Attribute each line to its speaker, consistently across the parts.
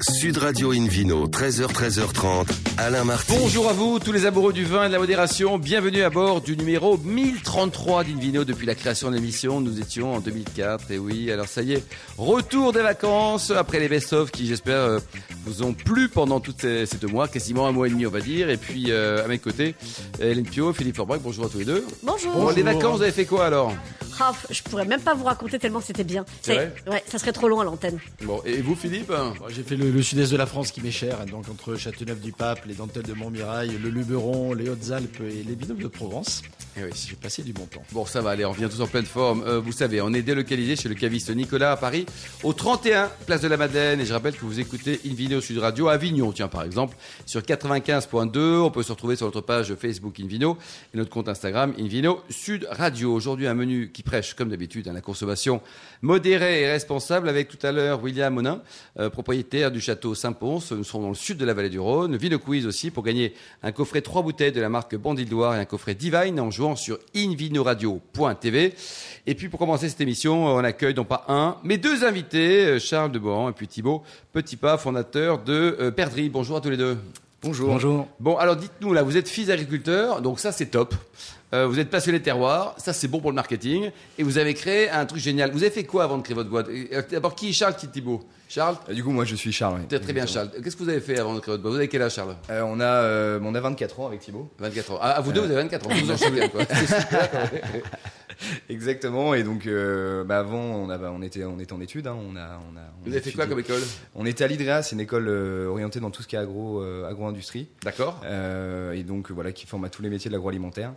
Speaker 1: Sud Radio Invino, 13h, 13h30, Alain Marty.
Speaker 2: Bonjour à vous, tous les amoureux du vin et de la modération. Bienvenue à bord du numéro 1033 d'Invino. Depuis la création de l'émission, nous étions en 2004. Et oui, alors ça y est, retour des vacances après les best-of qui, j'espère, euh, vous ont plu pendant tous ces, ces deux mois, quasiment un mois et demi, on va dire. Et puis, euh, à mes côtés, Hélène Pio, Philippe Forbach, bonjour à tous les deux.
Speaker 3: Bonjour.
Speaker 2: Bon, les vacances, vous avez fait quoi alors
Speaker 3: Ah, je pourrais même pas vous raconter tellement c'était bien.
Speaker 2: C'est
Speaker 3: Ça- ouais, ça serait trop long à l'antenne.
Speaker 2: Bon, et vous, Philippe
Speaker 4: Bon, J'ai fait le, le sud-est de la France qui m'est cher, donc entre Châteauneuf-du-Pape, les Dentelles de Montmirail, le Luberon, les Hautes-Alpes et les Binômes de Provence.
Speaker 2: Eh oui.
Speaker 4: J'ai passé du bon temps.
Speaker 2: Bon, ça va aller, on revient tous en pleine forme. Euh, vous savez, on est délocalisé chez le caviste Nicolas à Paris, au 31 Place de la Madeleine. Et je rappelle que vous écoutez In Vidéo Sud Radio à Avignon, tiens, par exemple, sur 95.2. On peut se retrouver sur notre page Facebook Invino et notre compte Instagram Invino Sud Radio. Aujourd'hui, un menu qui prêche, comme d'habitude, à la consommation modérée et responsable avec tout à l'heure William Monin, euh, propriétaire du château Saint-Pons. Nous serons dans le sud de la vallée du Rhône. Vino Quiz aussi pour gagner un coffret trois bouteilles de la marque Bandildoire et un coffret Divine en jouant sur invinoradio.tv. Et puis pour commencer cette émission, on accueille non pas un, mais deux invités, euh, Charles Debohan et puis Thibaut Petitpas, fondateur de euh, Perdrix. Bonjour à tous les deux.
Speaker 4: Bonjour. Bonjour.
Speaker 2: Bon, alors dites-nous, là, vous êtes fils agriculteur, donc ça c'est top. Euh, vous êtes passionné de terroir, ça c'est bon pour le marketing. Et vous avez créé un truc génial. Vous avez fait quoi avant de créer votre boîte Euh, D'abord, qui est Charles, qui est Thibaut Charles
Speaker 5: Euh, Du coup, moi, je suis Charles. oui.
Speaker 2: Très, très bien, Charles. Qu'est-ce que vous avez fait avant de créer votre boîte Vous avez quel âge, Charles
Speaker 5: Euh, on, a, euh, on a 24 ans avec Thibaut.
Speaker 2: 24 ans. Ah, vous deux, vous avez 24 ans. Vous vous en souvenez, quoi. C'est super, quand même.
Speaker 5: Exactement. Et donc, euh, bah, avant, on, avait- on, était, on était en études. hein, on a, on a, on
Speaker 2: Vous avez fait
Speaker 5: étudié.
Speaker 2: quoi comme école
Speaker 5: On était à l'IDREA, c'est une école euh, orientée dans tout ce qui est agro, euh, agro-industrie.
Speaker 2: D'accord.
Speaker 5: Euh, et donc, euh, voilà, qui forme à tous les métiers de l'agroalimentaire.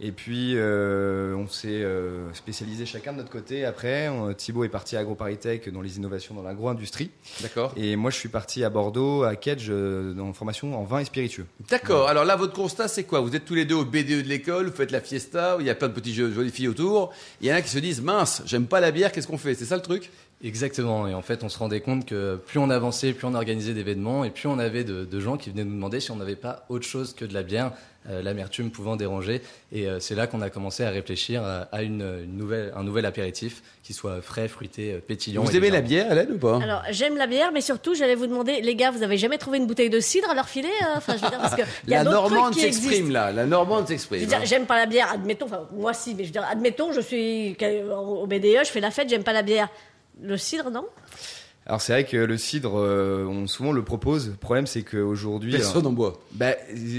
Speaker 5: Et puis, euh, on s'est euh, spécialisé chacun de notre côté. Après, on- Thibaut est parti à AgroParisTech dans les innovations dans l'agro-industrie.
Speaker 2: D'accord.
Speaker 5: Et moi, je suis parti à Bordeaux, à Kedge, euh, en formation en vin et spiritueux.
Speaker 2: D'accord. Alors là, votre constat, c'est quoi Vous êtes tous les deux au BDE de l'école, vous faites la fiesta, où il y a plein de petites jeux- jolies filles autour. Il y en a qui se disent mince, j'aime pas la bière, qu'est-ce qu'on fait C'est ça le truc
Speaker 6: Exactement, et en fait on se rendait compte que plus on avançait, plus on organisait d'événements, et plus on avait de, de gens qui venaient nous demander si on n'avait pas autre chose que de la bière, euh, l'amertume pouvant déranger, et euh, c'est là qu'on a commencé à réfléchir à, à une, une nouvelle, un nouvel apéritif qui soit frais, fruité, euh, pétillant.
Speaker 2: Vous
Speaker 6: et
Speaker 2: aimez la
Speaker 6: légèrement-
Speaker 2: bière, Hélène, ou pas
Speaker 3: Alors, j'aime la bière, mais surtout, j'allais vous demander, les gars, vous avez jamais trouvé une bouteille de cidre à leur filet euh Enfin, je veux dire, parce que il y a
Speaker 2: La
Speaker 3: d'autres trucs
Speaker 2: Normande
Speaker 3: qui
Speaker 2: s'exprime
Speaker 3: existent.
Speaker 2: là, la Normande
Speaker 3: Je veux
Speaker 2: s'exprime.
Speaker 3: dire,
Speaker 2: hein.
Speaker 3: j'aime pas la bière, admettons, enfin, moi si, mais je veux dire, admettons, je suis au BDE, je fais la fête, j'aime pas la bière. Le cidre, non
Speaker 5: Alors c'est vrai que le cidre, euh, on souvent le propose. Le problème c'est qu'aujourd'hui,
Speaker 2: Personne en boit.
Speaker 5: bah,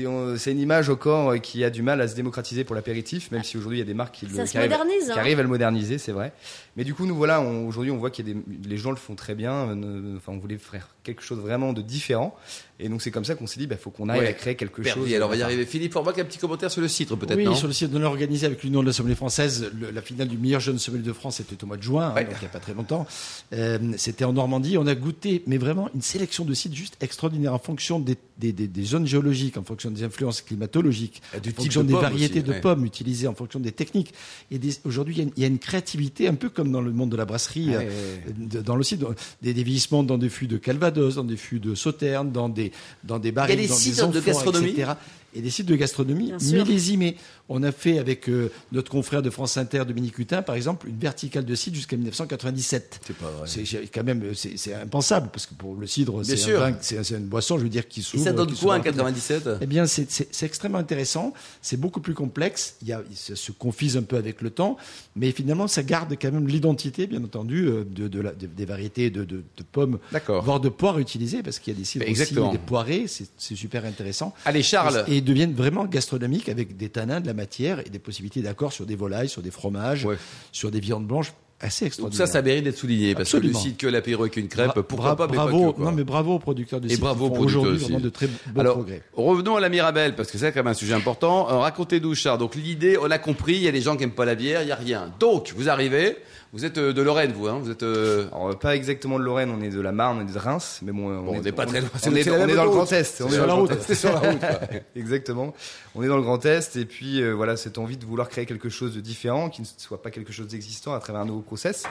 Speaker 5: on- c'est une image encore euh, qui a du mal à se démocratiser pour l'apéritif, même si aujourd'hui il y a des marques qui, le-
Speaker 3: Ah. Ça se
Speaker 5: qui arrivent,
Speaker 3: modernise, hein.
Speaker 5: qui arrivent à le moderniser, c'est vrai. Mais du coup, nous voilà, on- aujourd'hui on voit qu'il y a des, les gens le font très bien. euh, ne- Enfin, on voulait faire quelque chose vraiment de différent, et donc c'est comme ça qu'on s'est dit, bah, faut qu'on arrive
Speaker 2: Ouais.
Speaker 5: à créer quelque
Speaker 2: Perdri,
Speaker 5: chose.
Speaker 2: alors on va y arriver. Philippe Forbach, un petit commentaire sur le cidre peut-être,
Speaker 4: Oui,
Speaker 2: non
Speaker 4: sur le site de organisé avec l'Union de la sommelier française, le- la finale du meilleur jeune sommelier de France était au mois de juin, hein,
Speaker 2: Ouais.
Speaker 4: donc il n'y a pas très longtemps. Euh, C'était en Normandie. On a goûté, mais vraiment une sélection de sites juste extraordinaire en fonction des, des- des- des zones géologiques, en fonction des influences climatologiques,
Speaker 2: Et Ah, du
Speaker 4: en
Speaker 2: type
Speaker 4: fonction
Speaker 2: de
Speaker 4: des
Speaker 2: pomme
Speaker 4: variétés
Speaker 2: aussi,
Speaker 4: de
Speaker 2: ouais.
Speaker 4: pommes utilisées, en fonction des techniques. Et des- aujourd'hui, il y a une- il y, a une créativité un peu comme dans le monde de la brasserie,
Speaker 2: Ah, Ouais,
Speaker 4: euh, de- dans le site, dans- des, des vieillissements dans des fûts de Calvados, dans des fûts de Sauternes, dans des dans des barils,
Speaker 2: des
Speaker 4: dans
Speaker 2: sites
Speaker 4: des
Speaker 2: de
Speaker 4: amphores,
Speaker 2: gastronomie
Speaker 4: etc. Et des sites de gastronomie
Speaker 3: Bien sûr.
Speaker 4: millésimés. On a fait avec euh, notre confrère de France Inter, Dominique Hutin, par exemple, une verticale de site jusqu'à 1997. C'est pas vrai. C'est quand même, euh, c'est c'est impensable, parce que pour le cidre, c'est un
Speaker 2: sûr.
Speaker 4: vin, c'est c'est une boisson, je veux dire, qui
Speaker 2: Et
Speaker 4: s'ouvre.
Speaker 2: ça donne
Speaker 4: qui s'ouvre
Speaker 2: quoi en
Speaker 4: rapidement.
Speaker 2: 97
Speaker 4: Eh bien, c'est- c'est c'est extrêmement intéressant. C'est beaucoup plus complexe. Il y a, ça se confise un peu avec le temps, mais finalement, ça garde quand même l'identité, bien entendu, euh, de, de la- de- des variétés de, de- de pommes,
Speaker 2: D'accord.
Speaker 4: voire de poires utilisées, parce qu'il y a des cidres
Speaker 2: Mais
Speaker 4: aussi,
Speaker 2: exactement.
Speaker 4: des poirées. C'est c'est super intéressant.
Speaker 2: Allez, Charles.
Speaker 4: Et ils deviennent vraiment gastronomiques avec des tanins, de la matière et des possibilités d'accord sur des volailles, sur des fromages,
Speaker 2: Ouais.
Speaker 4: sur des viandes blanches assez
Speaker 2: Donc
Speaker 4: extraordinaires.
Speaker 2: ça, ça mérite d'être souligné parce que
Speaker 4: Absolument.
Speaker 2: le site que l'apéro et qu'une crêpe,
Speaker 4: Bra-
Speaker 2: pourquoi
Speaker 4: bra-
Speaker 2: pas, mais pas
Speaker 4: bravo,
Speaker 2: que, quoi.
Speaker 4: non mais bravo aux producteurs de
Speaker 2: Et
Speaker 4: cidre qui
Speaker 2: bravo aux
Speaker 4: font
Speaker 2: producteurs
Speaker 4: aujourd'hui
Speaker 2: aussi.
Speaker 4: vraiment de très beaux
Speaker 2: Alors,
Speaker 4: progrès.
Speaker 2: revenons à la Mirabelle, parce que c'est quand même un sujet important. Euh, Racontez-nous, Charles. Donc, l'idée, on l'a compris, il y a des gens qui n'aiment pas la bière, il n'y a rien. Donc, vous arrivez, vous êtes euh, de Lorraine, vous, hein, vous êtes. euh,
Speaker 5: Alors, euh, pas exactement de Lorraine, on est de la Marne, on est de Reims, mais bon, euh,
Speaker 2: Bon, on n'est pas très loin, c'est-
Speaker 5: On est,
Speaker 2: c'est la
Speaker 5: on est
Speaker 2: même
Speaker 5: dans le
Speaker 2: route.
Speaker 5: Grand Est. on est
Speaker 2: sur
Speaker 5: dans
Speaker 2: la
Speaker 5: le
Speaker 2: route,
Speaker 5: Grand Est.
Speaker 2: c'est sur la route, quoi.
Speaker 5: Exactement. On est dans le Grand Est et puis euh, voilà cette envie de vouloir créer quelque chose de différent, qui ne soit pas quelque chose d'existant à travers un nouveau process.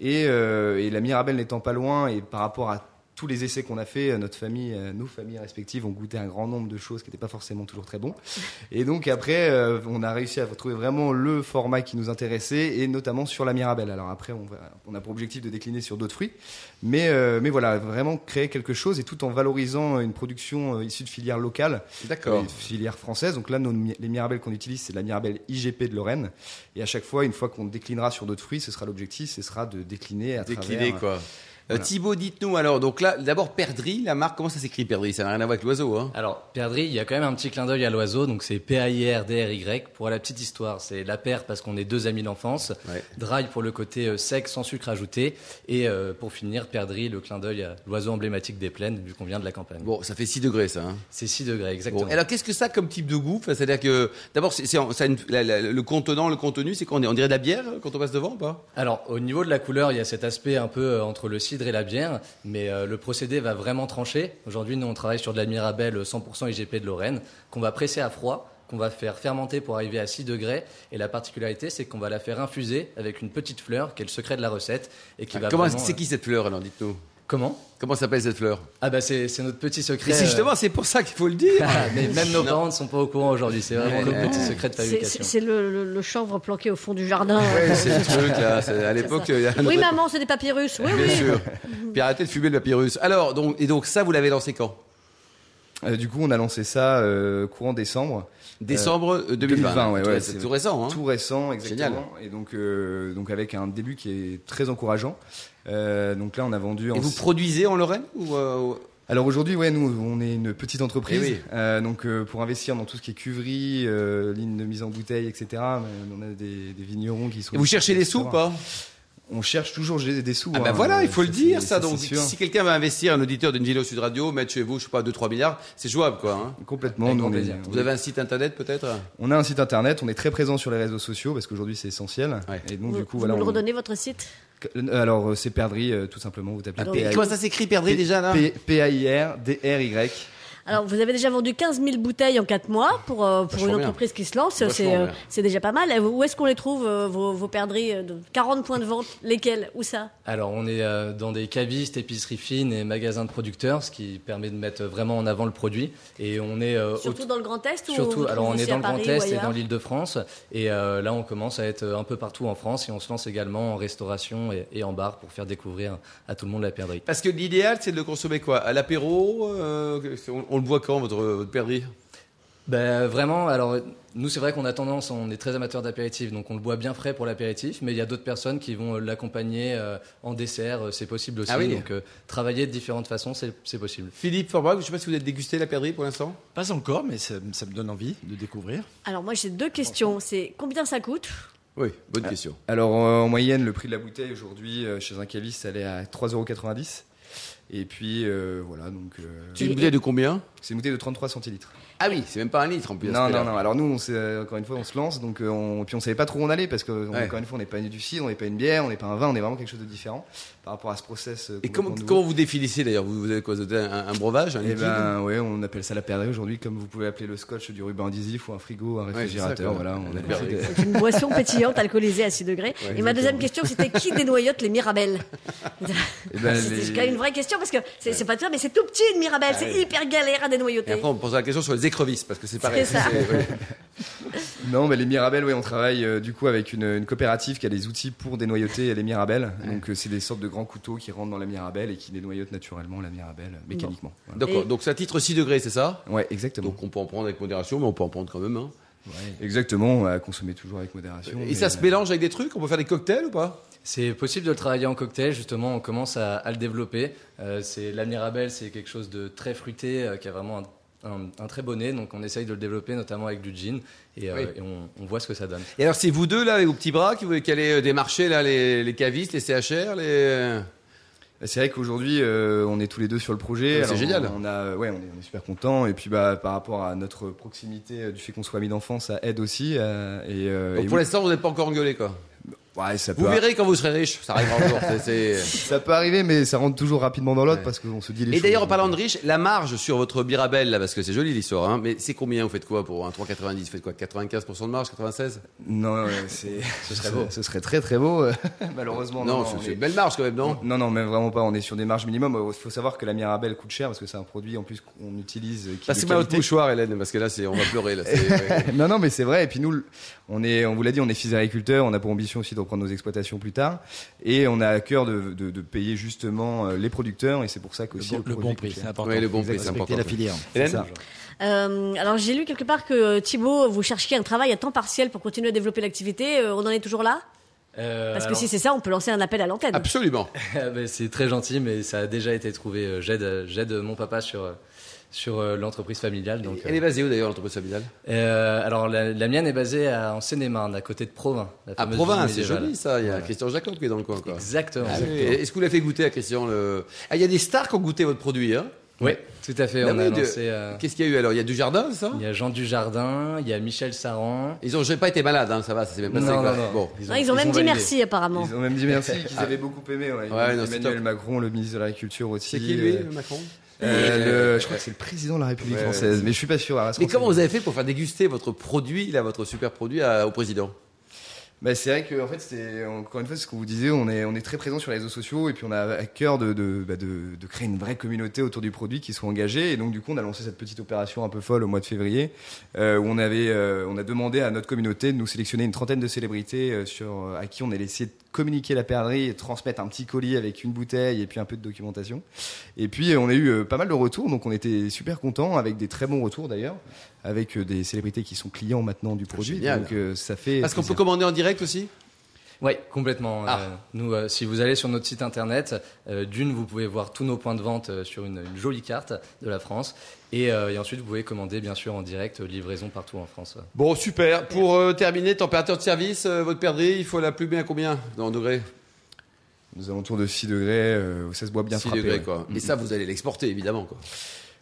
Speaker 5: Et, euh, et la Mirabelle n'étant pas loin et par rapport à tous les essais qu'on a fait, euh, notre famille, euh, nos familles respectives ont goûté un grand nombre de choses qui n'étaient pas forcément toujours très bon. Et donc après, euh, on a réussi à trouver vraiment le format qui nous intéressait et notamment sur la Mirabelle. Alors après, on, va- on a pour objectif de décliner sur d'autres fruits, mais euh, mais voilà, vraiment créer quelque chose et tout en valorisant une production euh, issue de filières locales,
Speaker 2: D'accord.
Speaker 5: une filière française. Donc là, nos mi- les Mirabelles qu'on utilise, c'est la Mirabelle IGP de Lorraine. Et à chaque fois, une fois qu'on déclinera sur d'autres fruits, ce sera l'objectif, ce sera de décliner à
Speaker 2: Décliné,
Speaker 5: travers.
Speaker 2: quoi. Euh,
Speaker 5: voilà.
Speaker 2: Thibaut, dites-nous alors. Donc là, d'abord, Perdrix, la marque, comment ça s'écrit Perdrix Ça n'a rien à voir avec l'oiseau, hein
Speaker 6: Alors, perdrix, il y a quand même un petit clin d'œil à l'oiseau, donc c'est P-A-I-R-D-R-Y. Pour la petite histoire, c'est la paire parce qu'on est deux amis d'enfance,
Speaker 2: Ouais.
Speaker 6: dry pour le côté euh, sec, sans sucre ajouté, et euh, pour finir, perdrix, le clin d'œil à l'oiseau emblématique des plaines, vu qu'on vient de la campagne.
Speaker 2: Bon, ça fait 6 degrés, ça. hein.
Speaker 6: C'est 6 degrés,
Speaker 2: Bon,
Speaker 6: exactement.
Speaker 2: alors qu'est-ce que ça comme type de goût Enfin, C'est-à-dire que d'abord, c'est, c'est en- ça a une- la- la- le contenant, le contenu, c'est qu'on est, on dirait de la bière euh, quand on passe devant, ou pas
Speaker 6: Alors, au niveau de la couleur, il y a cet aspect un peu euh, entre le cidre et la bière, mais euh, le procédé va vraiment trancher. Aujourd'hui, nous, on travaille sur de la Mirabelle euh, 100% IGP de Lorraine, qu'on va presser à froid, qu'on va faire fermenter pour arriver à 6 degrés. Et la particularité, c'est qu'on va la faire infuser avec une petite fleur, qui est le secret de la recette. Et qui va
Speaker 2: Ah, Comment
Speaker 6: vraiment,
Speaker 2: c'est
Speaker 6: euh,
Speaker 2: qui cette fleur alors Dites-nous.
Speaker 6: Comment
Speaker 2: Comment s'appelle cette fleur
Speaker 6: Ah bah, c'est c'est notre petit secret.
Speaker 2: Et c'est
Speaker 6: euh,
Speaker 2: justement, c'est pour ça qu'il faut le dire.
Speaker 6: Ah, mais même nos parents ne sont pas au courant aujourd'hui, c'est vraiment
Speaker 2: Ouais,
Speaker 6: le petit
Speaker 2: ouais.
Speaker 6: secret de
Speaker 3: C'est- C'est
Speaker 6: fabrication.
Speaker 3: c'est le, le- le chanvre planqué au fond du jardin.
Speaker 2: c'est le truc là. C'est- À l'époque, euh, il y a un
Speaker 3: oui,
Speaker 2: autre-
Speaker 3: maman, c'est des papyrus. Oui,
Speaker 2: Bien
Speaker 3: oui.
Speaker 2: sûr. Puis arrêtez de fumer le papyrus. Alors, donc, et donc ça, vous l'avez lancé quand
Speaker 5: Euh, du coup, on a lancé ça euh, courant décembre.
Speaker 2: Décembre euh, 2020.
Speaker 5: 2020, ouais,
Speaker 2: Tout-
Speaker 5: ouais,
Speaker 2: c'est
Speaker 5: c'est-
Speaker 2: tout récent. hein.
Speaker 5: Tout récent, exactement. Et donc, euh, donc avec un début qui est très encourageant. Euh, donc là, on a vendu. en
Speaker 2: Et vous produisez en Lorraine ou euh,
Speaker 5: Alors aujourd'hui, ouais, nous, on est une petite entreprise.
Speaker 2: Eh oui.
Speaker 5: Euh, donc euh, pour investir dans tout ce qui est cuverie, euh, ligne de mise en bouteille, etc. mais On a des, des vignerons qui sont.
Speaker 2: et vous cherchez des sous ou pas
Speaker 5: On cherche toujours des, des sous.
Speaker 2: Ah bah
Speaker 5: hein.
Speaker 2: voilà, il faut
Speaker 5: Ça,
Speaker 2: le
Speaker 5: c'est-
Speaker 2: dire ça.
Speaker 5: c'est
Speaker 2: Donc
Speaker 5: sûr.
Speaker 2: si quelqu'un va investir, un auditeur d'une vidéo Sud Radio, mettre chez vous, je sais pas, 2-3 milliards, c'est jouable quoi. hein.
Speaker 5: Complètement.
Speaker 6: Avec
Speaker 5: nous,
Speaker 6: grand
Speaker 5: on est-
Speaker 6: plaisir.
Speaker 5: on
Speaker 2: Vous
Speaker 5: est-
Speaker 2: avez un site internet peut-être
Speaker 5: On a un site internet, on est très présent sur les réseaux sociaux parce qu'aujourd'hui c'est essentiel.
Speaker 2: Ouais.
Speaker 5: Et donc
Speaker 3: Vous,
Speaker 5: du coup
Speaker 3: vous
Speaker 5: voilà.
Speaker 3: me le
Speaker 5: on-
Speaker 3: redonnez votre site
Speaker 5: Euh, Alors euh, c'est Perdrix euh, tout simplement. Vous tapez
Speaker 3: Ah,
Speaker 5: P-
Speaker 3: donc-
Speaker 2: Comment ça s'écrit perdrix déjà là
Speaker 5: P- P-A-I-R-D-R-Y.
Speaker 3: Alors, vous avez déjà vendu 15 000 bouteilles en 4 mois pour, euh, pour
Speaker 2: Vachement
Speaker 3: une
Speaker 2: bien.
Speaker 3: entreprise qui se lance.
Speaker 2: Vachement
Speaker 3: C'est euh,
Speaker 2: bien.
Speaker 3: c'est déjà pas mal. Et où est-ce qu'on les trouve, euh, vos, vos perdrix euh, de 40 points de vente Lesquels Où ça
Speaker 6: Alors, on est euh, dans des cavistes, épiceries fines et magasins de producteurs, ce qui permet de mettre vraiment en avant le produit. Et on est euh,
Speaker 3: Surtout
Speaker 6: au-
Speaker 3: dans le Grand Est ou
Speaker 6: surtout-
Speaker 3: vous
Speaker 6: alors on
Speaker 3: trouvez
Speaker 6: est
Speaker 3: aussi
Speaker 6: dans
Speaker 3: à
Speaker 6: le Grand
Speaker 3: Paris
Speaker 6: Est
Speaker 3: ou
Speaker 6: et
Speaker 3: ailleurs
Speaker 6: dans l'Île-de-France. Et euh, là, on commence à être un peu partout en France et on se lance également en restauration et, et en bar pour faire découvrir à tout le monde la perdrix.
Speaker 2: Parce que l'idéal, c'est de le consommer quoi À l'apéro euh, on, on le boit quand, votre, votre perdrix
Speaker 6: Ben, vraiment, alors nous, c'est vrai qu'on a tendance, on est très amateur d'apéritif, donc on le boit bien frais pour l'apéritif, mais il y a d'autres personnes qui vont l'accompagner euh, en dessert, euh, c'est possible aussi.
Speaker 2: Ah oui.
Speaker 6: Donc, euh, travailler de différentes façons, c'est c'est possible.
Speaker 2: Philippe Forbach, je ne sais pas si vous avez dégusté la perdrix pour l'instant.
Speaker 4: Pas encore, mais ça, ça me donne envie de découvrir.
Speaker 3: Alors, moi, j'ai deux questions. C'est combien ça coûte
Speaker 2: Oui, bonne question.
Speaker 5: Alors euh, en moyenne le prix de la bouteille aujourd'hui euh, chez un caviste elle est à 3,90€. Et puis euh, voilà donc euh,
Speaker 2: C'est une bouteille de combien
Speaker 5: c'est une bouteille de 33 centilitres.
Speaker 2: Ah oui, c'est même pas un litre en plus. à
Speaker 5: Non
Speaker 2: ce
Speaker 5: non
Speaker 2: prix-là.
Speaker 5: non. Alors nous on s'est, euh, encore une fois on se lance donc euh, on, puis on savait pas trop où on allait parce que on-
Speaker 2: Ouais.
Speaker 5: encore une fois on n'est pas du cidre, on n'est pas une bière, on n'est pas un vin, on est vraiment quelque chose de différent par rapport à ce process. euh,
Speaker 2: Et comment,
Speaker 5: complètement nouveau.
Speaker 2: comment vous définissez d'ailleurs vous, vous avez quoi vous avez un, un breuvage un
Speaker 5: Eh
Speaker 2: liquide
Speaker 5: ben ouais, on appelle ça la perdrix aujourd'hui, comme vous pouvez appeler le scotch du ruban adhésif ou un frigo, un
Speaker 2: c'est ça,
Speaker 5: réfrigérateur.
Speaker 2: quoi.
Speaker 5: voilà,
Speaker 2: La
Speaker 5: on appelle
Speaker 2: perdrix.
Speaker 5: ça des-
Speaker 3: C'est une boisson pétillante alcoolisée à 6 degrés. et ma deuxième question, c'était qui dénoyote les Mirabelles
Speaker 5: Eh ben,
Speaker 3: C'est
Speaker 5: les-
Speaker 3: c'est quand même une vraie question parce que c'est c'est pas tout ça, mais c'est tout petit une
Speaker 6: Ah
Speaker 3: Mirabelle. c'est hyper galère à
Speaker 2: Et
Speaker 3: dénoyauter.
Speaker 2: après, on pose la question sur les écrevisses, parce que c'est pareil.
Speaker 3: C'est ça.
Speaker 2: C'est- ouais.
Speaker 5: Non, mais les Mirabelles, oui, on travaille euh, du coup avec une, une coopérative qui a des outils pour dénoyauter les Mirabelles. Donc euh, c'est des sortes de grands couteaux qui rentrent dans la Mirabelle et qui dénoyautent naturellement la Mirabelle euh, mécaniquement. Voilà.
Speaker 2: D'accord,
Speaker 3: Et-
Speaker 2: donc ça titre 6 degrés, c'est ça
Speaker 5: Ouais, exactement.
Speaker 2: Donc on peut en prendre avec modération, mais on peut en prendre quand même. hein.
Speaker 5: exactement, à consommer toujours avec modération.
Speaker 2: Et
Speaker 5: mais,
Speaker 2: ça se
Speaker 5: euh,
Speaker 2: mélange avec des trucs On peut faire des cocktails ou pas
Speaker 6: C'est possible de le travailler en cocktail, justement, on commence à, à le développer. Euh, c'est La Mirabelle, c'est quelque chose de très fruité, euh, qui a vraiment un, un- un très bon nez, donc on essaye de le développer notamment avec du gin, et, euh,
Speaker 2: Oui.
Speaker 6: et on, on voit ce que ça donne.
Speaker 2: Et alors, c'est vous deux, là, avec vos petits bras, qui, vous- qui allez euh, démarcher là, les, les cavistes, les CHR, les. euh,
Speaker 5: C'est vrai qu'aujourd'hui, euh, on est tous les deux sur le
Speaker 2: Ouais,
Speaker 5: projet.
Speaker 2: c'est
Speaker 5: Alors,
Speaker 2: génial.
Speaker 5: On, on a, ouais, on est, on est super contents. Et puis, bah, par rapport à notre proximité, euh, du fait qu'on soit amis d'enfance, ça aide aussi. euh, et, euh,
Speaker 2: Donc
Speaker 5: et
Speaker 2: pour
Speaker 5: oui.
Speaker 2: l'instant, vous n'êtes pas encore engueulé, quoi.
Speaker 5: Ouais, ça peut,
Speaker 2: Vous
Speaker 5: arri-
Speaker 2: verrez quand vous serez riche, ça arrivera un jour. c'est- c'est-
Speaker 5: ça peut arriver, mais ça rentre toujours rapidement dans l'autre
Speaker 6: Ouais.
Speaker 5: parce qu'on se dit les
Speaker 2: Et
Speaker 5: choses.
Speaker 2: d'ailleurs, en parlant de riche, la marge sur votre Mirabelle, là, parce que c'est joli l'histoire, hein, mais c'est combien Vous faites quoi pour un 3,90 Vous faites quoi 95% de marge 96
Speaker 5: Non, ouais, c'est.
Speaker 6: Ce serait beau.
Speaker 5: Ce serait très très beau. euh, Malheureusement, non.
Speaker 2: Non,
Speaker 5: non,
Speaker 2: c'est
Speaker 5: on
Speaker 2: c'est
Speaker 5: est-
Speaker 2: une belle marge quand même, non
Speaker 5: Non, non, mais vraiment pas. On est sur des marges minimum. Il faut savoir que la Mirabelle coûte cher parce que c'est un produit en plus qu'on utilise. euh, Qui est de
Speaker 2: Passez-moi votre
Speaker 5: qualité.
Speaker 2: mouchoir, Hélène, parce que là, c'est- on va pleurer. Là, c'est- ouais.
Speaker 5: non, non, mais c'est vrai. Et puis nous, on est, on vous l'a dit, on est fils agriculteurs. On a pour ambition aussi de reprendre nos exploitations plus tard. Et on a à cœur de, de- de payer justement euh, les producteurs. Et c'est pour ça qu'aussi
Speaker 4: Le
Speaker 5: produit
Speaker 4: bon
Speaker 5: coûte
Speaker 4: prix,
Speaker 5: cher.
Speaker 4: c'est important.
Speaker 2: Ouais, le bon prix, c'est
Speaker 4: Respecter
Speaker 2: important.
Speaker 4: la filière.
Speaker 5: C'est
Speaker 2: Hélène
Speaker 5: ça.
Speaker 3: Euh, alors j'ai lu quelque part que euh, Thibaut, vous cherchiez un travail à temps partiel pour continuer à développer l'activité. Euh, on en est toujours là
Speaker 6: Euh,
Speaker 3: Parce que
Speaker 6: alors-
Speaker 3: si c'est ça, on peut lancer un appel à l'antenne.
Speaker 2: Absolument.
Speaker 6: Ah ben, c'est très gentil, mais ça a déjà été trouvé. Euh, J'aide, euh, j'aide mon papa sur euh, sur euh, l'entreprise familiale. Donc,
Speaker 2: Elle est
Speaker 6: euh,
Speaker 2: basée où d'ailleurs, l'entreprise familiale
Speaker 6: euh, alors la, la mienne est basée à- en Seine-et-Marne, à côté de Provins. la
Speaker 2: À
Speaker 6: fameuse
Speaker 2: Provins,
Speaker 6: ville
Speaker 2: c'est
Speaker 6: médiévale.
Speaker 2: joli ça. Il y a Christian Jacob qui est dans le coin, quoi.
Speaker 6: Exactement.
Speaker 2: Ah oui. Est-ce que vous l'avez fait goûter à Christian le... Ah, il y a des stars qui ont goûté votre produit, hein
Speaker 6: Oui, tout à fait.
Speaker 2: Ah
Speaker 6: on
Speaker 2: oui,
Speaker 6: a
Speaker 2: de-
Speaker 6: lancé. euh,
Speaker 2: Qu'est-ce qu'il y a eu alors Il y a du jardin, ça
Speaker 6: il y a Jean Dujardin, il y a Michel Saran.
Speaker 2: Ils ont j'ai pas été malades, hein, ça va, ça s'est même passé.
Speaker 6: Non,
Speaker 2: quoi.
Speaker 6: non, non.
Speaker 2: Bon.
Speaker 3: Non, ils ont même dit
Speaker 6: validé.
Speaker 3: merci apparemment.
Speaker 5: Ils ont même dit merci, qu'ils avaient beaucoup aimé. ouais.
Speaker 2: Ouais, non, c'est
Speaker 5: Emmanuel
Speaker 2: top.
Speaker 5: Macron, le ministre de l'Agriculture aussi.
Speaker 2: C'est qui lui,
Speaker 5: euh,
Speaker 2: Macron
Speaker 5: euh, le- Je crois que c'est le président de la République
Speaker 2: Ouais,
Speaker 5: française, mais je suis pas sûr. alors, est-ce
Speaker 2: Mais
Speaker 5: qu'on
Speaker 2: comment
Speaker 5: sait-
Speaker 2: vous avez fait pour faire déguster votre produit, là, votre super produit à- au président
Speaker 5: Bah, c'est vrai que en fait c'est encore une fois c'est ce que vous disiez on est on est très présent sur les réseaux sociaux et puis on a à cœur de de, bah, de de créer une vraie communauté autour du produit qui soit engagée et donc du coup on a lancé cette petite opération un peu folle au mois de février euh, où on avait euh, on a demandé à notre communauté de nous sélectionner une trentaine de célébrités euh, sur euh, à qui on a laissé communiquer la perdrix et transmettre un petit colis avec une bouteille et puis un peu de documentation et puis euh, on a eu euh, pas mal de retours donc on était super contents avec des très bons retours d'ailleurs avec euh, des célébrités qui sont clients maintenant du produit
Speaker 2: Génial.
Speaker 5: donc euh, ça fait
Speaker 2: Parce qu'on peut
Speaker 5: plaisir.
Speaker 2: commander en direct aussi
Speaker 6: Oui, complètement.
Speaker 2: Ah.
Speaker 6: Euh, nous, euh, si vous allez sur notre site internet, euh, d'une, vous pouvez voir tous nos points de vente euh, sur une, une jolie carte de la France. Et, euh, et ensuite, vous pouvez commander, bien sûr, en direct, euh, livraison partout en France.
Speaker 2: Bon, super. Pour euh, terminer, température de service, euh, votre perdrix, il faut la plumer à combien dans degrés
Speaker 5: Nous alentours de 6 degrés, euh, ça se boit bien
Speaker 2: 6
Speaker 5: frappé.
Speaker 2: degrés,
Speaker 5: ouais.
Speaker 6: Mm,
Speaker 2: quoi. Et ça, vous allez l'exporter, évidemment, quoi.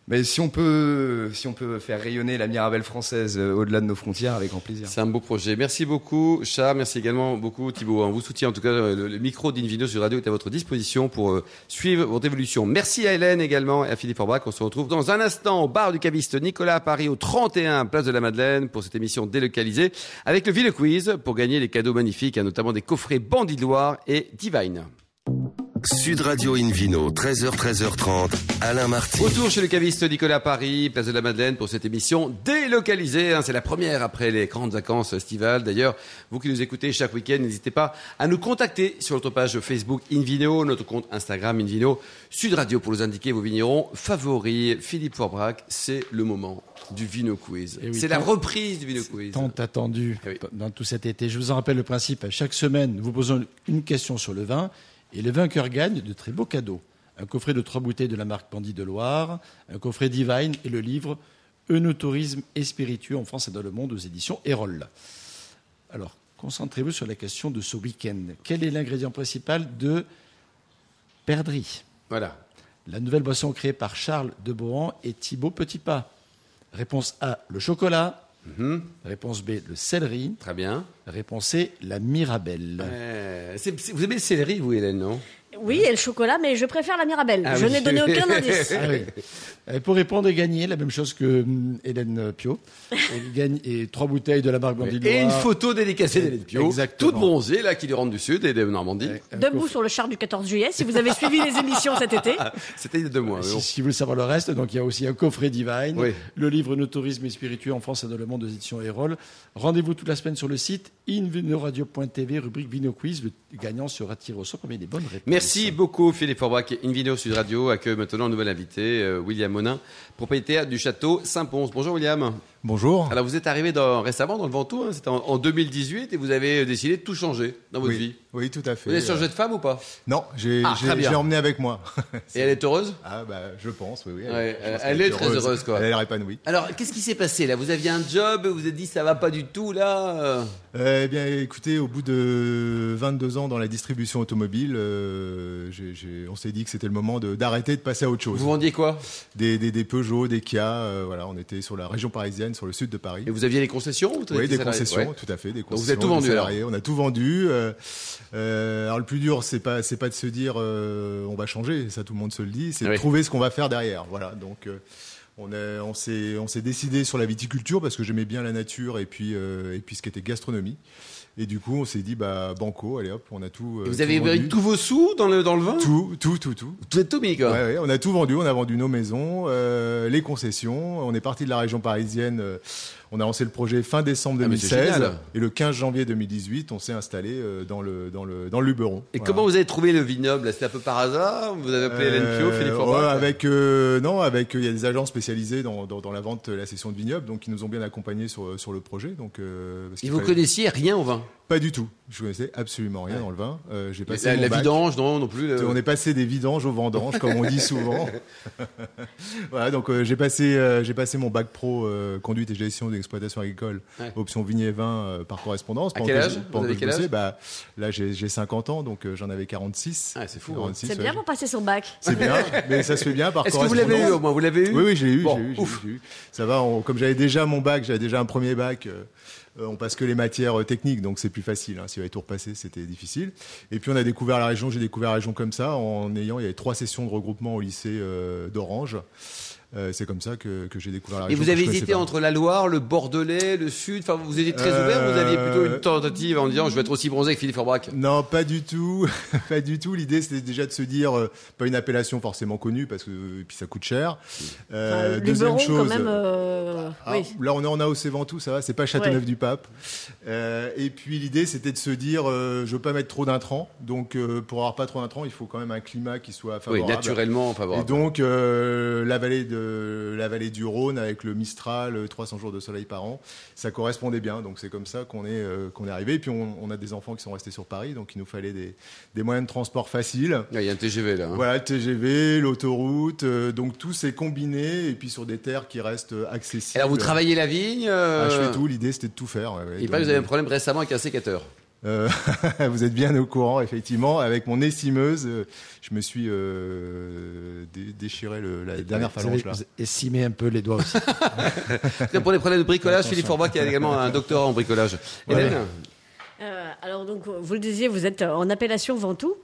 Speaker 5: Mais si on peut, si on peut faire rayonner la Mirabelle française euh, au-delà de nos frontières, avec grand plaisir.
Speaker 2: C'est un beau projet. Merci beaucoup, Char. Merci également beaucoup, Thibault. On vous soutient. En tout cas, euh, le, le micro d'Invino sur Radio est à votre disposition pour euh, suivre votre évolution. Merci à Hélène également et à Philippe Orbach. On se retrouve dans un instant au bar du caviste Nicolas à Paris, au 31 Place de la Madeleine, pour cette émission délocalisée avec le Ville Quiz pour gagner des cadeaux magnifiques, hein, notamment des coffrets Bandit de Loire et Divine.
Speaker 1: Sud Radio Invino, 13h, 13h30, Alain Marty.
Speaker 2: Retour chez le caviste Nicolas Paris, place de la Madeleine pour cette émission délocalisée. hein. c'est la première après les grandes vacances estivales. D'ailleurs, vous qui nous écoutez chaque week-end, n'hésitez pas à nous contacter sur notre page Facebook Invino, notre compte Instagram Invino, Sud Radio pour nous indiquer vos vignerons favoris. Philippe Forbrac, c'est le moment du Vino Quiz.
Speaker 4: Eh oui,
Speaker 2: c'est la
Speaker 4: tant-
Speaker 2: reprise du Vino Quiz.
Speaker 4: Tant attendu
Speaker 2: Eh oui.
Speaker 4: dans tout cet été. Je vous en rappelle le principe. Chaque semaine, nous vous posons une question sur le vin et le vainqueur gagne de très beaux cadeaux. Un coffret de trois bouteilles de la marque Bandit de Loire, un coffret Divine et le livre Œnotourisme et spiritueux en France et dans le monde aux éditions Erol. Alors, concentrez-vous sur la question de ce week-end. Quel est l'ingrédient principal de Perdrix
Speaker 2: Voilà.
Speaker 4: la nouvelle boisson créée par Charles de Bohan et Thibaut Petitpas. Réponse A, le chocolat.
Speaker 2: Mhm.
Speaker 4: Réponse B, le céleri.
Speaker 2: Très bien.
Speaker 4: Réponse C, la mirabelle.
Speaker 2: Euh, c'est- c'est- vous aimez le céleri, vous, Hélène, non
Speaker 3: Oui, et le chocolat, mais je préfère la Mirabelle.
Speaker 2: Ah
Speaker 3: je
Speaker 2: oui.
Speaker 3: n'ai donné aucun indice.
Speaker 4: Ah oui. Et pour répondre et gagner, la même chose que hum, Hélène Pio. Elle gagne et trois bouteilles de la marque Bandit de
Speaker 2: Et une
Speaker 4: Loire.
Speaker 2: photo dédicacée d'Hélène Pio,
Speaker 4: Exactement.
Speaker 2: toute bronzée, là, qui lui rentre du Sud et de Normandie.
Speaker 3: Debout sur le char du 14 juillet, si vous avez suivi les émissions cet été.
Speaker 2: Ah, C'était il y a deux mois. mais
Speaker 4: Si,
Speaker 2: bon.
Speaker 4: si vous voulez savoir le reste, donc il y a aussi un coffret Divine,
Speaker 2: Oui.
Speaker 4: le livre Nos tourisme et spiritueux en France et dans le monde aux éditions Erol. Rendez-vous toute la semaine sur le site invinoradio.tv, rubrique Vino Quiz. Le gagnant sera tiré au sort parmi les bonnes réponses.
Speaker 2: Merci beaucoup Philippe Forbrac et Invino Sud Radio accueille maintenant un nouvel invité, euh, William Monin, propriétaire du château Saint-Pons. Bonjour William.
Speaker 7: Bonjour.
Speaker 2: Alors vous êtes arrivé dans- récemment dans le Ventoux, hein, c'était en, en 2018 et vous avez euh, décidé de tout changer dans votre
Speaker 7: oui.
Speaker 2: vie.
Speaker 7: Oui, tout à fait.
Speaker 2: Vous avez changé de femme ou pas
Speaker 7: Euh, Non, j'ai
Speaker 2: Ah,
Speaker 7: j'ai-
Speaker 2: très bien.
Speaker 7: j'ai emmené avec moi.
Speaker 2: Et elle est heureuse
Speaker 7: Ah bah je pense, oui, oui.
Speaker 2: Ouais,
Speaker 7: je pense
Speaker 2: elle
Speaker 7: qu'elle
Speaker 2: est très heureuse, quoi.
Speaker 7: Elle a l'air épanouie.
Speaker 2: Alors qu'est-ce qui s'est passé là Vous aviez un job, vous vous êtes dit ça va pas du tout là euh.
Speaker 7: Euh, eh bien écoutez, au bout de 22 ans dans la distribution automobile, euh, euh, j'ai- j'ai- on s'est dit que c'était le moment de- d'arrêter de, passer à autre chose.
Speaker 2: Vous vendiez quoi
Speaker 7: Des, des, des Peugeot, des Kia, euh, voilà, on était sur la région parisienne, sur le sud de Paris.
Speaker 2: Et vous aviez les concessions ou
Speaker 7: Oui,
Speaker 2: étiez
Speaker 7: des
Speaker 2: salarié
Speaker 7: concessions,
Speaker 2: Ouais.
Speaker 7: tout à fait, des
Speaker 2: vous avez
Speaker 7: concessions.
Speaker 2: tout vendu,
Speaker 7: des salariés, On a tout vendu. euh, euh, alors le plus dur, c'est pas, c'est pas de se dire euh, on va changer, ça tout le monde se le dit, c'est
Speaker 2: Oui.
Speaker 7: de trouver ce qu'on va faire derrière. Voilà, donc euh, on, a- on s'est, on s'est décidé sur la viticulture parce que j'aimais bien la nature et puis, euh, et puis ce qui était gastronomie. Et du coup, on s'est dit bah banco, allez hop, on a tout.
Speaker 2: Et
Speaker 7: euh,
Speaker 2: vous
Speaker 7: tout
Speaker 2: avez
Speaker 7: vendu.
Speaker 2: mis tous vos sous dans le, dans le vin
Speaker 7: tout, tout, tout, tout.
Speaker 2: Vous êtes tout mis, quoi.
Speaker 7: Ouais, ouais, on a tout vendu, on a vendu nos maisons, euh, les concessions, on est parti de la région parisienne, euh, on a lancé le projet fin décembre
Speaker 2: Ah, mais c'est
Speaker 7: 2016
Speaker 2: génial.
Speaker 7: et le 15 janvier 2018, on s'est installé euh, dans le dans le dans le Luberon.
Speaker 2: Et
Speaker 7: Voilà.
Speaker 2: comment vous avez trouvé le vignoble là C'était un peu par hasard Vous avez appelé
Speaker 7: Euh,
Speaker 2: Hélène Pio, Philippe
Speaker 7: ouais,
Speaker 2: Forbach
Speaker 7: avec euh, non, avec euh, il y a des agents spécialisés dans, dans, dans la vente, euh, la session de vignoble, donc ils nous ont bien accompagnés sur sur le projet. Donc euh,
Speaker 2: Et
Speaker 7: parce qu'il
Speaker 2: vous
Speaker 7: fallait-
Speaker 2: connaissiez rien au vin
Speaker 7: pas du tout. Je connaissais absolument rien dans le vin. Euh, J'ai passé
Speaker 2: La,
Speaker 7: Bah, mon
Speaker 2: la
Speaker 7: bac.
Speaker 2: vidange, non, non plus. le-
Speaker 7: On est passé des vidanges aux vendanges, comme on dit souvent. voilà, donc euh, j'ai passé, euh, j'ai passé mon bac pro euh, conduite et gestion d'exploitation agricole,
Speaker 2: Ouais.
Speaker 7: option vignes et vins euh, par correspondance.
Speaker 2: À
Speaker 7: Pendant
Speaker 2: quel
Speaker 7: que
Speaker 2: âge
Speaker 7: je-
Speaker 2: Vous
Speaker 7: pendant
Speaker 2: avez
Speaker 7: que je
Speaker 2: quel
Speaker 7: bossais,
Speaker 2: âge
Speaker 7: bah, Là, j'ai j'ai 50 ans, donc euh, j'en avais 46.
Speaker 2: Ah, c'est fou, hein.
Speaker 7: 46,
Speaker 3: C'est
Speaker 7: ouais,
Speaker 3: bien
Speaker 7: j'ai-
Speaker 3: pour passer son bac.
Speaker 7: C'est bien, mais ça se fait bien par
Speaker 2: Est-ce que vous
Speaker 7: correspondance.
Speaker 2: l'avez eu au moins Vous l'avez eu
Speaker 7: Oui, oui, je l'ai eu,
Speaker 2: Bon,
Speaker 7: je l'ai eu, je l'ai
Speaker 2: ouf.
Speaker 7: eu, je l'ai eu. Ça va, on- comme j'avais déjà mon bac, j'avais déjà un premier bac, euh, euh, on passe que les matières euh, techniques, donc c'est plus facile. Hein. S'il fallait tout repasser, c'était difficile. Et puis on a découvert la région, j'ai découvert la région comme ça, en ayant, il y avait trois sessions de regroupement au lycée euh, d'Orange. Euh, c'est comme ça que, que j'ai découvert la
Speaker 2: Et
Speaker 7: région.
Speaker 2: vous
Speaker 7: que
Speaker 2: avez
Speaker 7: Ah, je connaissais
Speaker 2: hésité
Speaker 7: pas.
Speaker 2: entre la Loire, le Bordelais, le Sud Enfin, vous étiez très
Speaker 7: Euh,
Speaker 2: ouvert, vous aviez plutôt une tentative en disant je vais être aussi bronzé que Philippe Forbach.
Speaker 7: Non, pas du tout, pas du tout. L'idée, c'était déjà de se dire euh, pas une appellation forcément connue parce que et puis ça coûte cher. Euh,
Speaker 3: Enfin,
Speaker 7: deuxième
Speaker 3: Luberon,
Speaker 7: chose,
Speaker 3: quand même. euh,
Speaker 7: Ah,
Speaker 3: oui.
Speaker 7: Là, on est en AOC Ventoux, ça va, c'est pas Châteauneuf-du-Pape. Euh, et puis, l'idée, c'était de se dire, euh, je veux pas mettre trop d'intrants. Donc, euh, pour avoir pas trop d'intrants, il faut quand même un climat qui soit
Speaker 2: Oui,
Speaker 7: favorable.
Speaker 2: naturellement
Speaker 7: Et
Speaker 2: favorable.
Speaker 7: donc, euh, la, vallée de, la vallée du Rhône, avec le Mistral, euh, 300 jours de soleil par an, ça correspondait bien. Donc, c'est comme ça qu'on est, euh, qu'on est arrivé. Et puis, on, on a des enfants qui sont restés sur Paris, donc il nous fallait des, des moyens de transport faciles.
Speaker 2: Ah, Il y a un TGV là. hein.
Speaker 7: Voilà, le TGV, l'autoroute, euh, donc tout s'est combiné, et puis sur des terres qui restent euh, accessibles.
Speaker 2: Alors vous travaillez la vigne euh,
Speaker 7: Ah, je fais tout, l'idée c'était de tout faire. ouais, ouais.
Speaker 2: Il
Speaker 7: Donc,
Speaker 2: paraît que vous avez un problème récemment avec un sécateur.
Speaker 7: euh, vous êtes bien au courant, effectivement. Avec mon estimeuse, euh, je me suis euh, dé- déchiré le- la dernière
Speaker 4: Vous avez-
Speaker 7: phalange là.
Speaker 4: vous avez essimé un peu les doigts aussi.
Speaker 2: Tiens, pour les problèmes de bricolage, Philippe Forbach a également un doctorat en bricolage. Hélène
Speaker 3: Euh, alors, donc, vous le disiez, vous êtes euh, en appellation Ventoux.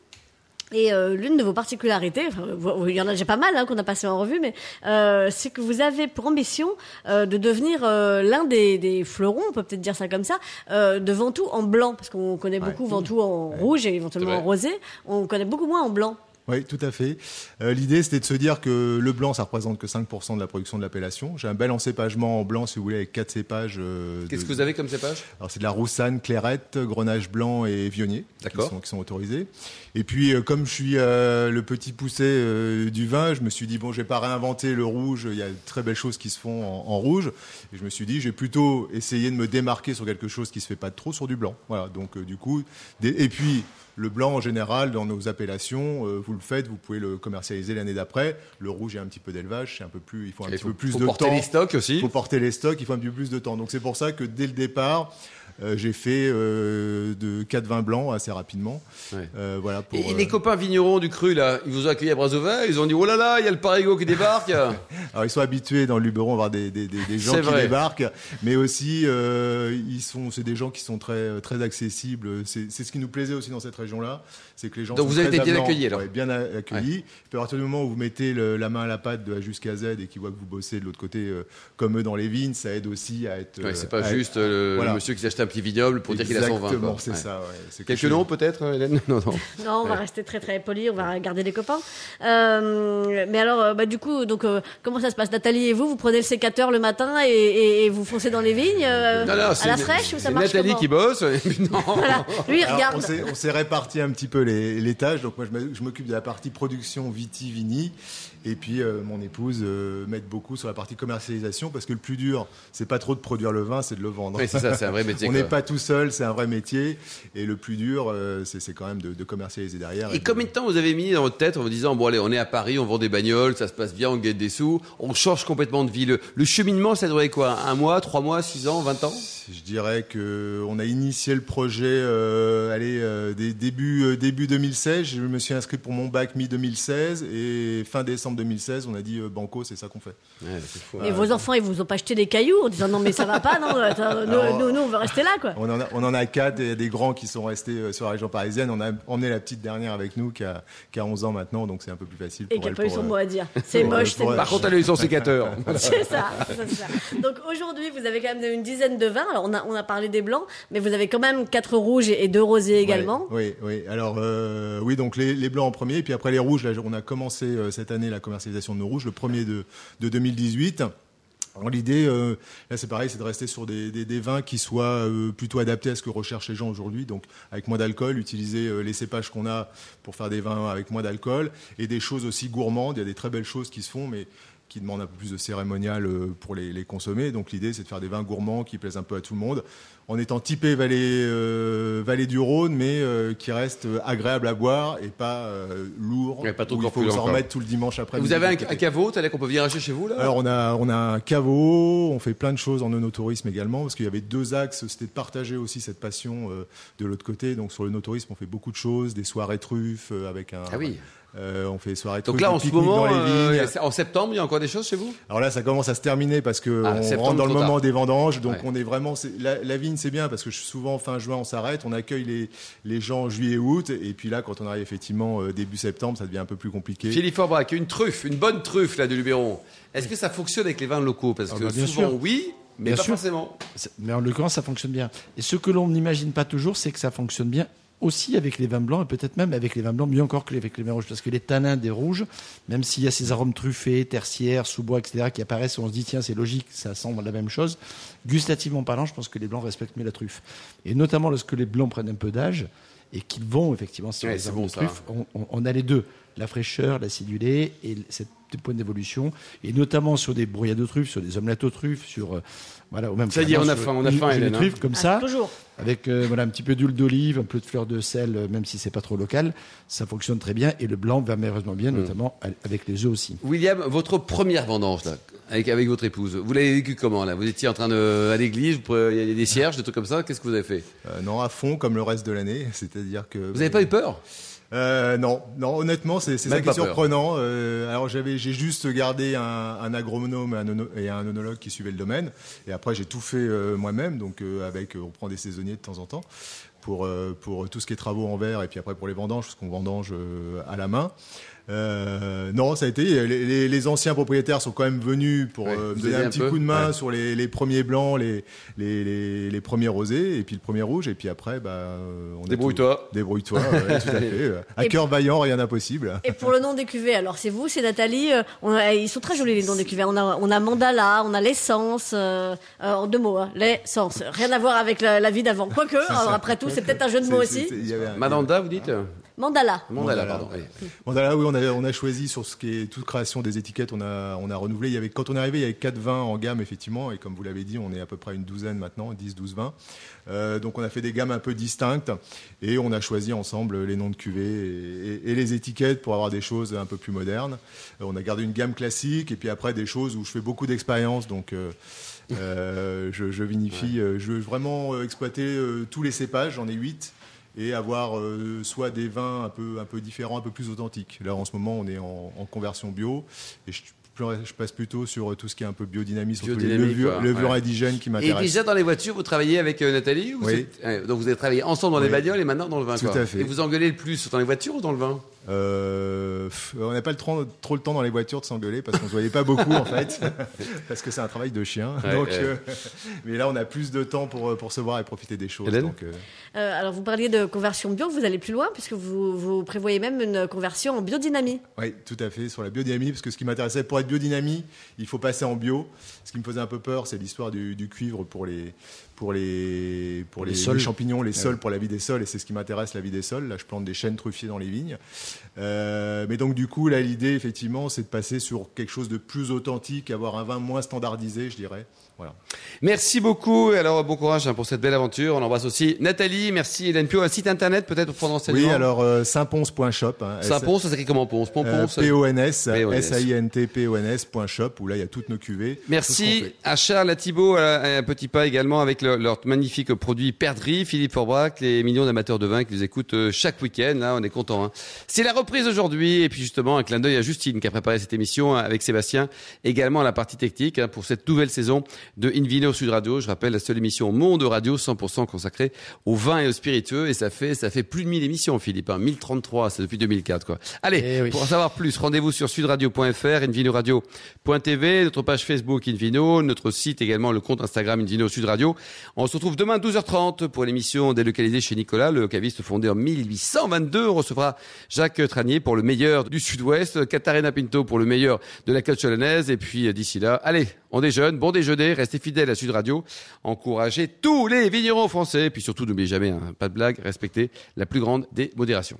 Speaker 3: Et euh, l'une de vos particularités, enfin, vous- il y en a déjà pas mal hein, qu'on a passé en revue, mais euh, c'est que vous avez pour ambition euh, de devenir euh, l'un des, des fleurons, on peut peut-être dire ça comme ça, euh, de Ventoux en blanc, parce qu'on connaît beaucoup Ventoux en rouge et éventuellement
Speaker 2: Mmh. C'est
Speaker 3: en
Speaker 2: vrai.
Speaker 3: rosé, on connaît beaucoup moins en blanc.
Speaker 7: Oui, tout à fait. Euh, L'idée, c'était de se dire que le blanc, ça représente que 5% de la production de l'appellation. J'ai un bel encépagement en blanc, si vous voulez, avec quatre cépages. euh,
Speaker 2: Qu'est-ce
Speaker 7: de-
Speaker 2: que vous avez comme cépage
Speaker 7: Alors c'est de la roussanne, clairette, grenache blanc et vionnier qui
Speaker 2: D'accord.
Speaker 7: sont, qui sont autorisés. Et puis euh, comme je suis euh, le petit poussé euh, du vin, je me suis dit bon, je vais pas réinventer le rouge. Il y a de très belles choses qui se font en, en rouge. Et je me suis dit, j'ai plutôt essayé de me démarquer sur quelque chose qui se fait pas trop sur du blanc. Voilà. Donc euh, du coup, des- et puis le blanc en général dans nos appellations, euh, vous le faites, vous pouvez le commercialiser l'année d'après. Le rouge, il y a un petit peu d'élevage, c'est un peu plus, il faut un
Speaker 2: Il
Speaker 7: petit
Speaker 2: faut,
Speaker 7: peu plus
Speaker 2: faut
Speaker 7: de
Speaker 2: porter
Speaker 7: temps.
Speaker 2: les stocks aussi.
Speaker 7: Il faut porter les stocks, il faut un peu plus de temps. Donc c'est pour ça que dès le départ, euh, j'ai fait euh, de 4 vins blancs assez rapidement.
Speaker 2: Ouais.
Speaker 7: Euh, voilà pour,
Speaker 2: Et
Speaker 7: euh,
Speaker 2: les copains vignerons du cru là, ils vous ont accueilli à bras ouverts, ils ont dit oh là là, il y a le Parigo qui débarque.
Speaker 7: Alors ils sont habitués dans le Luberon à avoir des, des, des, des gens
Speaker 2: C'est
Speaker 7: qui
Speaker 2: vrai.
Speaker 7: débarquent, mais aussi euh, ils sont, c'est des gens qui sont très très accessibles. C'est c'est ce qui nous plaisait aussi dans cette région-là, c'est que les gens.
Speaker 2: Donc
Speaker 7: sont
Speaker 2: vous avez
Speaker 7: très
Speaker 2: été bien
Speaker 7: avenants.
Speaker 2: accueillis, alors.
Speaker 7: Ouais, bien a- accueillis. Puis à partir du moment où vous mettez le- la main à la pâte de A jusqu'à Z et qu'ils voient que vous bossez de l'autre côté euh, comme eux dans les vignes, ça aide aussi à être.
Speaker 2: Ouais,
Speaker 7: euh,
Speaker 2: c'est pas
Speaker 7: à-
Speaker 2: juste euh, le,
Speaker 7: Voilà.
Speaker 2: le monsieur qui s'achète un petit vignoble pour dire qu'il a 120.
Speaker 7: Exactement,
Speaker 2: quoi.
Speaker 7: c'est
Speaker 2: Ouais.
Speaker 7: ça. ouais. C'est
Speaker 2: Quelques
Speaker 7: quelque
Speaker 2: noms
Speaker 7: chose-
Speaker 2: peut-être, euh, Hélène Non, non.
Speaker 3: Non, on va
Speaker 2: Ouais.
Speaker 3: rester très très poli, on va garder les copains. Euh, mais alors, euh, bah, du coup, donc, euh, comment ça se passe Nathalie et vous, vous prenez le sécateur le matin et, et- et vous foncez dans les vignes euh,
Speaker 2: Non, non,
Speaker 3: à
Speaker 2: c'est-
Speaker 3: la fraîche ou ça
Speaker 2: c'est
Speaker 3: marche
Speaker 2: Nathalie
Speaker 3: comment
Speaker 2: qui bosse. et puis non.
Speaker 3: Voilà, lui il
Speaker 7: Alors, on
Speaker 3: regarde.
Speaker 7: s'est- on s'est réparti un petit peu les, les tâches. Donc moi, je m'a- je m'occupe de la partie production vitivini Et puis euh, mon épouse euh, m'aide beaucoup sur la partie commercialisation parce que le plus dur, c'est pas trop de produire le vin, c'est de le vendre.
Speaker 2: Ouais, c'est ça, c'est un vrai métier,
Speaker 7: On
Speaker 2: quoi.
Speaker 7: n'est pas tout seul, c'est un vrai métier. Et le plus dur, euh, c'est c'est quand même de, de commercialiser derrière.
Speaker 2: Et
Speaker 7: de-
Speaker 2: combien de temps vous avez mis dans votre tête en vous disant, bon allez, on est à Paris, on vend des bagnoles, ça se passe bien, on gagne des sous, on change complètement de vie. Le, le cheminement, ça durait quoi Un mois, trois mois, six ans, vingt ans
Speaker 7: Je dirais que on a initié le projet euh, allez, euh, des début, euh, début 2016. Je me suis inscrit pour mon bac mi-2016 et fin décembre 2016, on a dit euh, Banco, c'est ça qu'on fait.
Speaker 2: ouais, c'est fou.
Speaker 3: Et vos enfants, ils vous ont pas acheté des cailloux en disant non, mais ça va pas, non,
Speaker 2: Ah,
Speaker 3: attends, nous,
Speaker 7: Alors-
Speaker 3: nous, nous, on veut rester là, quoi.
Speaker 7: On en a, on en a quatre et des grands qui sont restés euh, sur la région parisienne. On a emmené la petite dernière avec nous qui a, qui a 11 ans maintenant, donc c'est un peu plus facile.
Speaker 3: Et
Speaker 7: pour
Speaker 3: qui a
Speaker 7: elle
Speaker 3: pas eu
Speaker 7: pour,
Speaker 3: son
Speaker 7: euh,
Speaker 3: mot à dire. C'est
Speaker 7: pour, euh,
Speaker 3: moche, c'est
Speaker 7: pour, euh,
Speaker 2: Par contre, elle a eu son sécateur.
Speaker 3: C'est ça, c'est ça. Donc aujourd'hui, vous avez quand même une dizaine de vins. Alors on a, on a parlé des blancs, mais vous avez quand même quatre rouges et et deux rosés également.
Speaker 7: Oui, oui. oui. Alors, euh, oui, donc les, les blancs en premier, et puis après les rouges. Là, on a commencé euh, cette année la commercialisation de nos rouges, le premier de, de 2018. Alors, L'idée, euh, là c'est pareil, c'est de rester sur des, des- des vins qui soient euh, plutôt adaptés à ce que recherchent les gens aujourd'hui, donc avec moins d'alcool, utiliser euh, les cépages qu'on a pour faire des vins avec moins d'alcool, et des choses aussi gourmandes, il y a des très belles choses qui se font, mais qui demandent un peu plus de cérémonial euh, pour les, les consommer. Donc l'idée c'est de faire des vins gourmands qui plaisent un peu à tout le monde, en étant typé vallée, euh, vallée du Rhône, mais euh, qui reste euh, agréable à boire et pas euh, lourd,
Speaker 2: Ouais, pas trop
Speaker 7: où il faut
Speaker 2: corpulent,
Speaker 7: s'en
Speaker 2: quoi.
Speaker 7: remettre tout le dimanche après.
Speaker 2: Vous avez un, un caveau, t'as l'air qu'on peut venir acheter chez vous là
Speaker 7: Alors on a, on a un caveau, on fait plein de choses en onotourisme également, parce qu'il y avait deux axes, c'était de partager aussi cette passion euh, de l'autre côté. Donc sur le notourisme, on fait beaucoup de choses, des soirées truffes euh, avec un...
Speaker 2: Ah oui.
Speaker 7: euh, on fait des soirées truffes,
Speaker 2: Donc là,
Speaker 7: des
Speaker 2: en ce
Speaker 7: pique-niques
Speaker 2: moment,
Speaker 7: dans les
Speaker 2: euh,
Speaker 7: vignes.
Speaker 2: c'est- en septembre, il y a encore des choses chez vous
Speaker 7: Alors là, ça commence à se terminer parce que
Speaker 2: Ah,
Speaker 7: on
Speaker 2: septembre,
Speaker 7: rentre dans le
Speaker 2: trop
Speaker 7: moment
Speaker 2: tard.
Speaker 7: des vendanges, donc
Speaker 2: Ouais.
Speaker 7: on est vraiment c'est- la, la vigne, c'est bien parce que je- souvent fin juin on s'arrête, on accueille les les gens juillet août, et puis là quand on arrive effectivement euh, début septembre, ça devient un peu plus compliqué.
Speaker 2: Philippe Forbrac, une truffe, une bonne truffe là de Luberon. Est-ce que ça fonctionne avec les vins locaux Parce
Speaker 4: Ah,
Speaker 2: que
Speaker 4: bah, bien
Speaker 2: souvent,
Speaker 4: sûr.
Speaker 2: oui, mais
Speaker 4: Bien
Speaker 2: pas
Speaker 4: sûr.
Speaker 2: forcément.
Speaker 4: C'est- Mais en l'occurrence, ça fonctionne bien. Et ce que l'on n'imagine pas toujours, c'est que ça fonctionne bien aussi avec les vins blancs et peut-être même avec les vins blancs mieux encore que avec les vins rouges parce que les tanins des rouges même s'il y a ces arômes truffés tertiaires sous-bois etc qui apparaissent et on se dit tiens c'est logique ça sent la même chose gustativement parlant je pense que les blancs respectent mieux la truffe et notamment lorsque les blancs prennent un peu d'âge et qu'ils vont effectivement sur
Speaker 2: Ouais,
Speaker 4: les
Speaker 2: c'est
Speaker 4: arômes
Speaker 2: bon,
Speaker 4: de
Speaker 2: ça.
Speaker 4: truffe on, on- on a les deux, la fraîcheur, l'acidulé et l- cette point d'évolution, et notamment sur des brouillades de truffes, sur des omelettes aux truffes, sur euh, voilà, ou même
Speaker 2: Ça y est,
Speaker 4: carrément
Speaker 2: on a
Speaker 4: sur
Speaker 2: faim, on a
Speaker 4: une-
Speaker 2: faim,
Speaker 4: sur des
Speaker 2: Hélène, hein.
Speaker 4: truffes comme
Speaker 3: Ah,
Speaker 4: ça,
Speaker 3: Toujours.
Speaker 4: avec euh, voilà un petit peu d'huile d'olive, un peu de fleur de sel, euh, même si c'est pas trop local, ça fonctionne très bien et le blanc va merveilleusement bien,
Speaker 2: Mm.
Speaker 4: notamment a- avec les œufs aussi.
Speaker 2: William, votre première vendange là, avec, avec votre épouse, vous l'avez vécu comment là Vous étiez en train de à l'église, vous pre- il y a des cierges, des trucs comme ça. Qu'est-ce que vous avez fait
Speaker 7: Euh, non à fond comme le reste de l'année, c'est-à-dire que
Speaker 2: Vous n'avez pas eu peur
Speaker 7: Euh, non, non, honnêtement, c'est c'est
Speaker 2: Même
Speaker 7: ça qui
Speaker 2: pas
Speaker 7: est
Speaker 2: peur.
Speaker 7: surprenant. Euh, alors j'avais, j'ai juste gardé un, un agronome un ono- et un onologue qui suivait le domaine, et après j'ai tout fait euh, moi-même. Donc euh, avec, euh, on prend des saisonniers de temps en temps pour euh, pour tout ce qui est travaux en verre, et puis après pour les vendanges, parce qu'on vendange euh, à la main. Euh, non, ça a été. Les, les- les anciens propriétaires sont quand même venus pour
Speaker 2: Ouais,
Speaker 7: euh, me
Speaker 2: vous
Speaker 7: donner
Speaker 2: aider
Speaker 7: un
Speaker 2: un
Speaker 7: petit
Speaker 2: peu.
Speaker 7: coup de main
Speaker 2: Ouais.
Speaker 7: sur les, les premiers blancs, les, les, les, les premiers rosés, et puis le premier rouge, et puis après, bah, euh, on a tout-
Speaker 2: Débrouille-toi.
Speaker 7: Débrouille-toi, ouais, tout à fait. euh, À
Speaker 3: Et-
Speaker 7: cœur vaillant, rien d'impossible.
Speaker 3: Et pour le nom des cuvées, alors c'est vous, c'est Nathalie. euh, on a- ils sont très jolis les noms des cuvées. On a, on a Mandala, on a l'essence. euh, euh, en deux mots, hein, l'essence. Rien à voir avec la, la vie d'avant. Quoique, alors, après tout, c'est peut-être un jeu de mots
Speaker 7: C'est- c'est-
Speaker 3: aussi.
Speaker 7: il y avait un-
Speaker 2: Madanda, vous dites
Speaker 3: Mandala.
Speaker 2: Mandala,
Speaker 7: Mandala.
Speaker 2: pardon. oui.
Speaker 7: Bon, là, oui, on a, on a choisi sur ce qui est toute création des étiquettes, on a, on a renouvelé. Il y avait, quand on est arrivé, il y avait 4 vins en gamme, effectivement, et comme vous l'avez dit, on est à peu près une douzaine maintenant, 10, 12 vins. Euh, donc on a fait des gammes un peu distinctes, et on a choisi ensemble les noms de cuvées et, et- et les étiquettes pour avoir des choses un peu plus modernes. Euh, on a gardé une gamme classique, et puis après des choses où je fais beaucoup d'expérience, donc euh, euh, je, je vinifie, euh, je veux vraiment euh, exploiter euh, tous les cépages, j'en ai 8 et avoir euh, soit des vins un peu, un peu différents, un peu plus authentiques. Là, en ce moment, on est en, en conversion bio et je, je passe plutôt sur euh, tout ce qui est un peu biodynamie, surtout les
Speaker 2: Biodynamique,
Speaker 7: levures,
Speaker 2: quoi,
Speaker 7: levures
Speaker 2: ouais.
Speaker 7: indigènes qui
Speaker 2: Et
Speaker 7: m'intéressent.
Speaker 2: déjà dans les voitures, vous travaillez avec euh, Nathalie ou
Speaker 7: Oui.
Speaker 2: c'est- ouais, Donc vous avez travaillé ensemble dans les
Speaker 7: Oui.
Speaker 2: bagnoles et maintenant dans le vin.
Speaker 7: Tout
Speaker 2: quoi.
Speaker 7: à fait.
Speaker 2: Et vous engueulez le plus dans les voitures ou dans le vin
Speaker 7: Euh, pff, on n'a pas le temps- trop le temps dans les voitures de s'engueuler parce qu'on ne se voyait pas beaucoup en fait, parce que c'est un travail de chien.
Speaker 2: Ouais,
Speaker 7: donc,
Speaker 2: ouais.
Speaker 7: euh, mais là, on a plus de temps pour, euh, pour se voir et profiter des choses.
Speaker 2: Hélène
Speaker 7: donc, euh,
Speaker 3: Euh, alors vous parliez de conversion bio, vous allez plus loin puisque vous, vous prévoyez même une conversion en biodynamie.
Speaker 7: Oui, tout à fait, sur la biodynamie, parce que ce qui m'intéressait, pour être biodynamie, il faut passer en bio. Ce qui me faisait un peu peur, c'est l'histoire du, du cuivre pour les, pour les, pour
Speaker 4: Les
Speaker 7: les,
Speaker 4: sols.
Speaker 7: les champignons, les
Speaker 4: Ah
Speaker 7: sols
Speaker 4: ouais.
Speaker 7: pour la vie des sols, et c'est ce qui m'intéresse, la vie des sols. Là, je plante des chênes truffiers dans les vignes. Euh, mais donc, du coup, là, l'idée, effectivement, c'est de passer sur quelque chose de plus authentique, avoir un vin moins standardisé, je dirais. Voilà.
Speaker 2: Merci beaucoup. Et Alors, bon courage hein, pour cette belle aventure. On embrasse aussi Nathalie. Merci, Hélène Pio. Un site internet, peut-être, pour prendre hein enseignement.
Speaker 7: Oui, alors, euh, saintponce.shop. hein, S-
Speaker 2: Saint-Pons, ça s'écrit comment Ponce Pons,
Speaker 7: euh,
Speaker 2: Ponce.
Speaker 7: P-O-N-S,
Speaker 2: P O N S.
Speaker 7: S-A-I-N-T-P-O-N-S.shop, où là, il y a toutes nos cuvées. tout ce qu'on
Speaker 2: Merci
Speaker 7: fait.
Speaker 2: à Charles, à Thibault, à, à Petit Pas également avec le- leur magnifique produit Perdrix, Philippe Forbrac, les millions d'amateurs de vin qui nous écoutent euh, chaque week-end. Là, on est content. Hein. C'est la reprise aujourd'hui et puis justement un clin d'œil à Justine qui a préparé cette émission hein, avec Sébastien, également à la partie technique hein, pour cette nouvelle saison de Invino Sud Radio. Je rappelle la seule émission au monde radio 100% consacrée au vin et aux spiritueux et ça fait ça fait plus de 1000 émissions, Philippe. Hein, 1033, c'est depuis 2004 quoi. Allez,
Speaker 4: Eh oui.
Speaker 2: pour en savoir plus, rendez-vous sur sudradio.fr, Invino Radio invino.tv, notre page Facebook Invino, notre site également, le compte Instagram Invino Sud Radio. On se retrouve demain à 12h30 pour l'émission délocalisée chez Nicolas, le caviste fondé en 1822. On recevra Jacques Tranier pour le meilleur du Sud-Ouest, Katharina Pinto pour le meilleur de la culture chalonnaise. Et puis euh, d'ici là, allez, on déjeune, bon déjeuner, restez fidèles à Sud Radio, encouragez tous les vignerons français. Et puis surtout, n'oubliez jamais, hein, pas de blague, respectez la plus grande des modérations.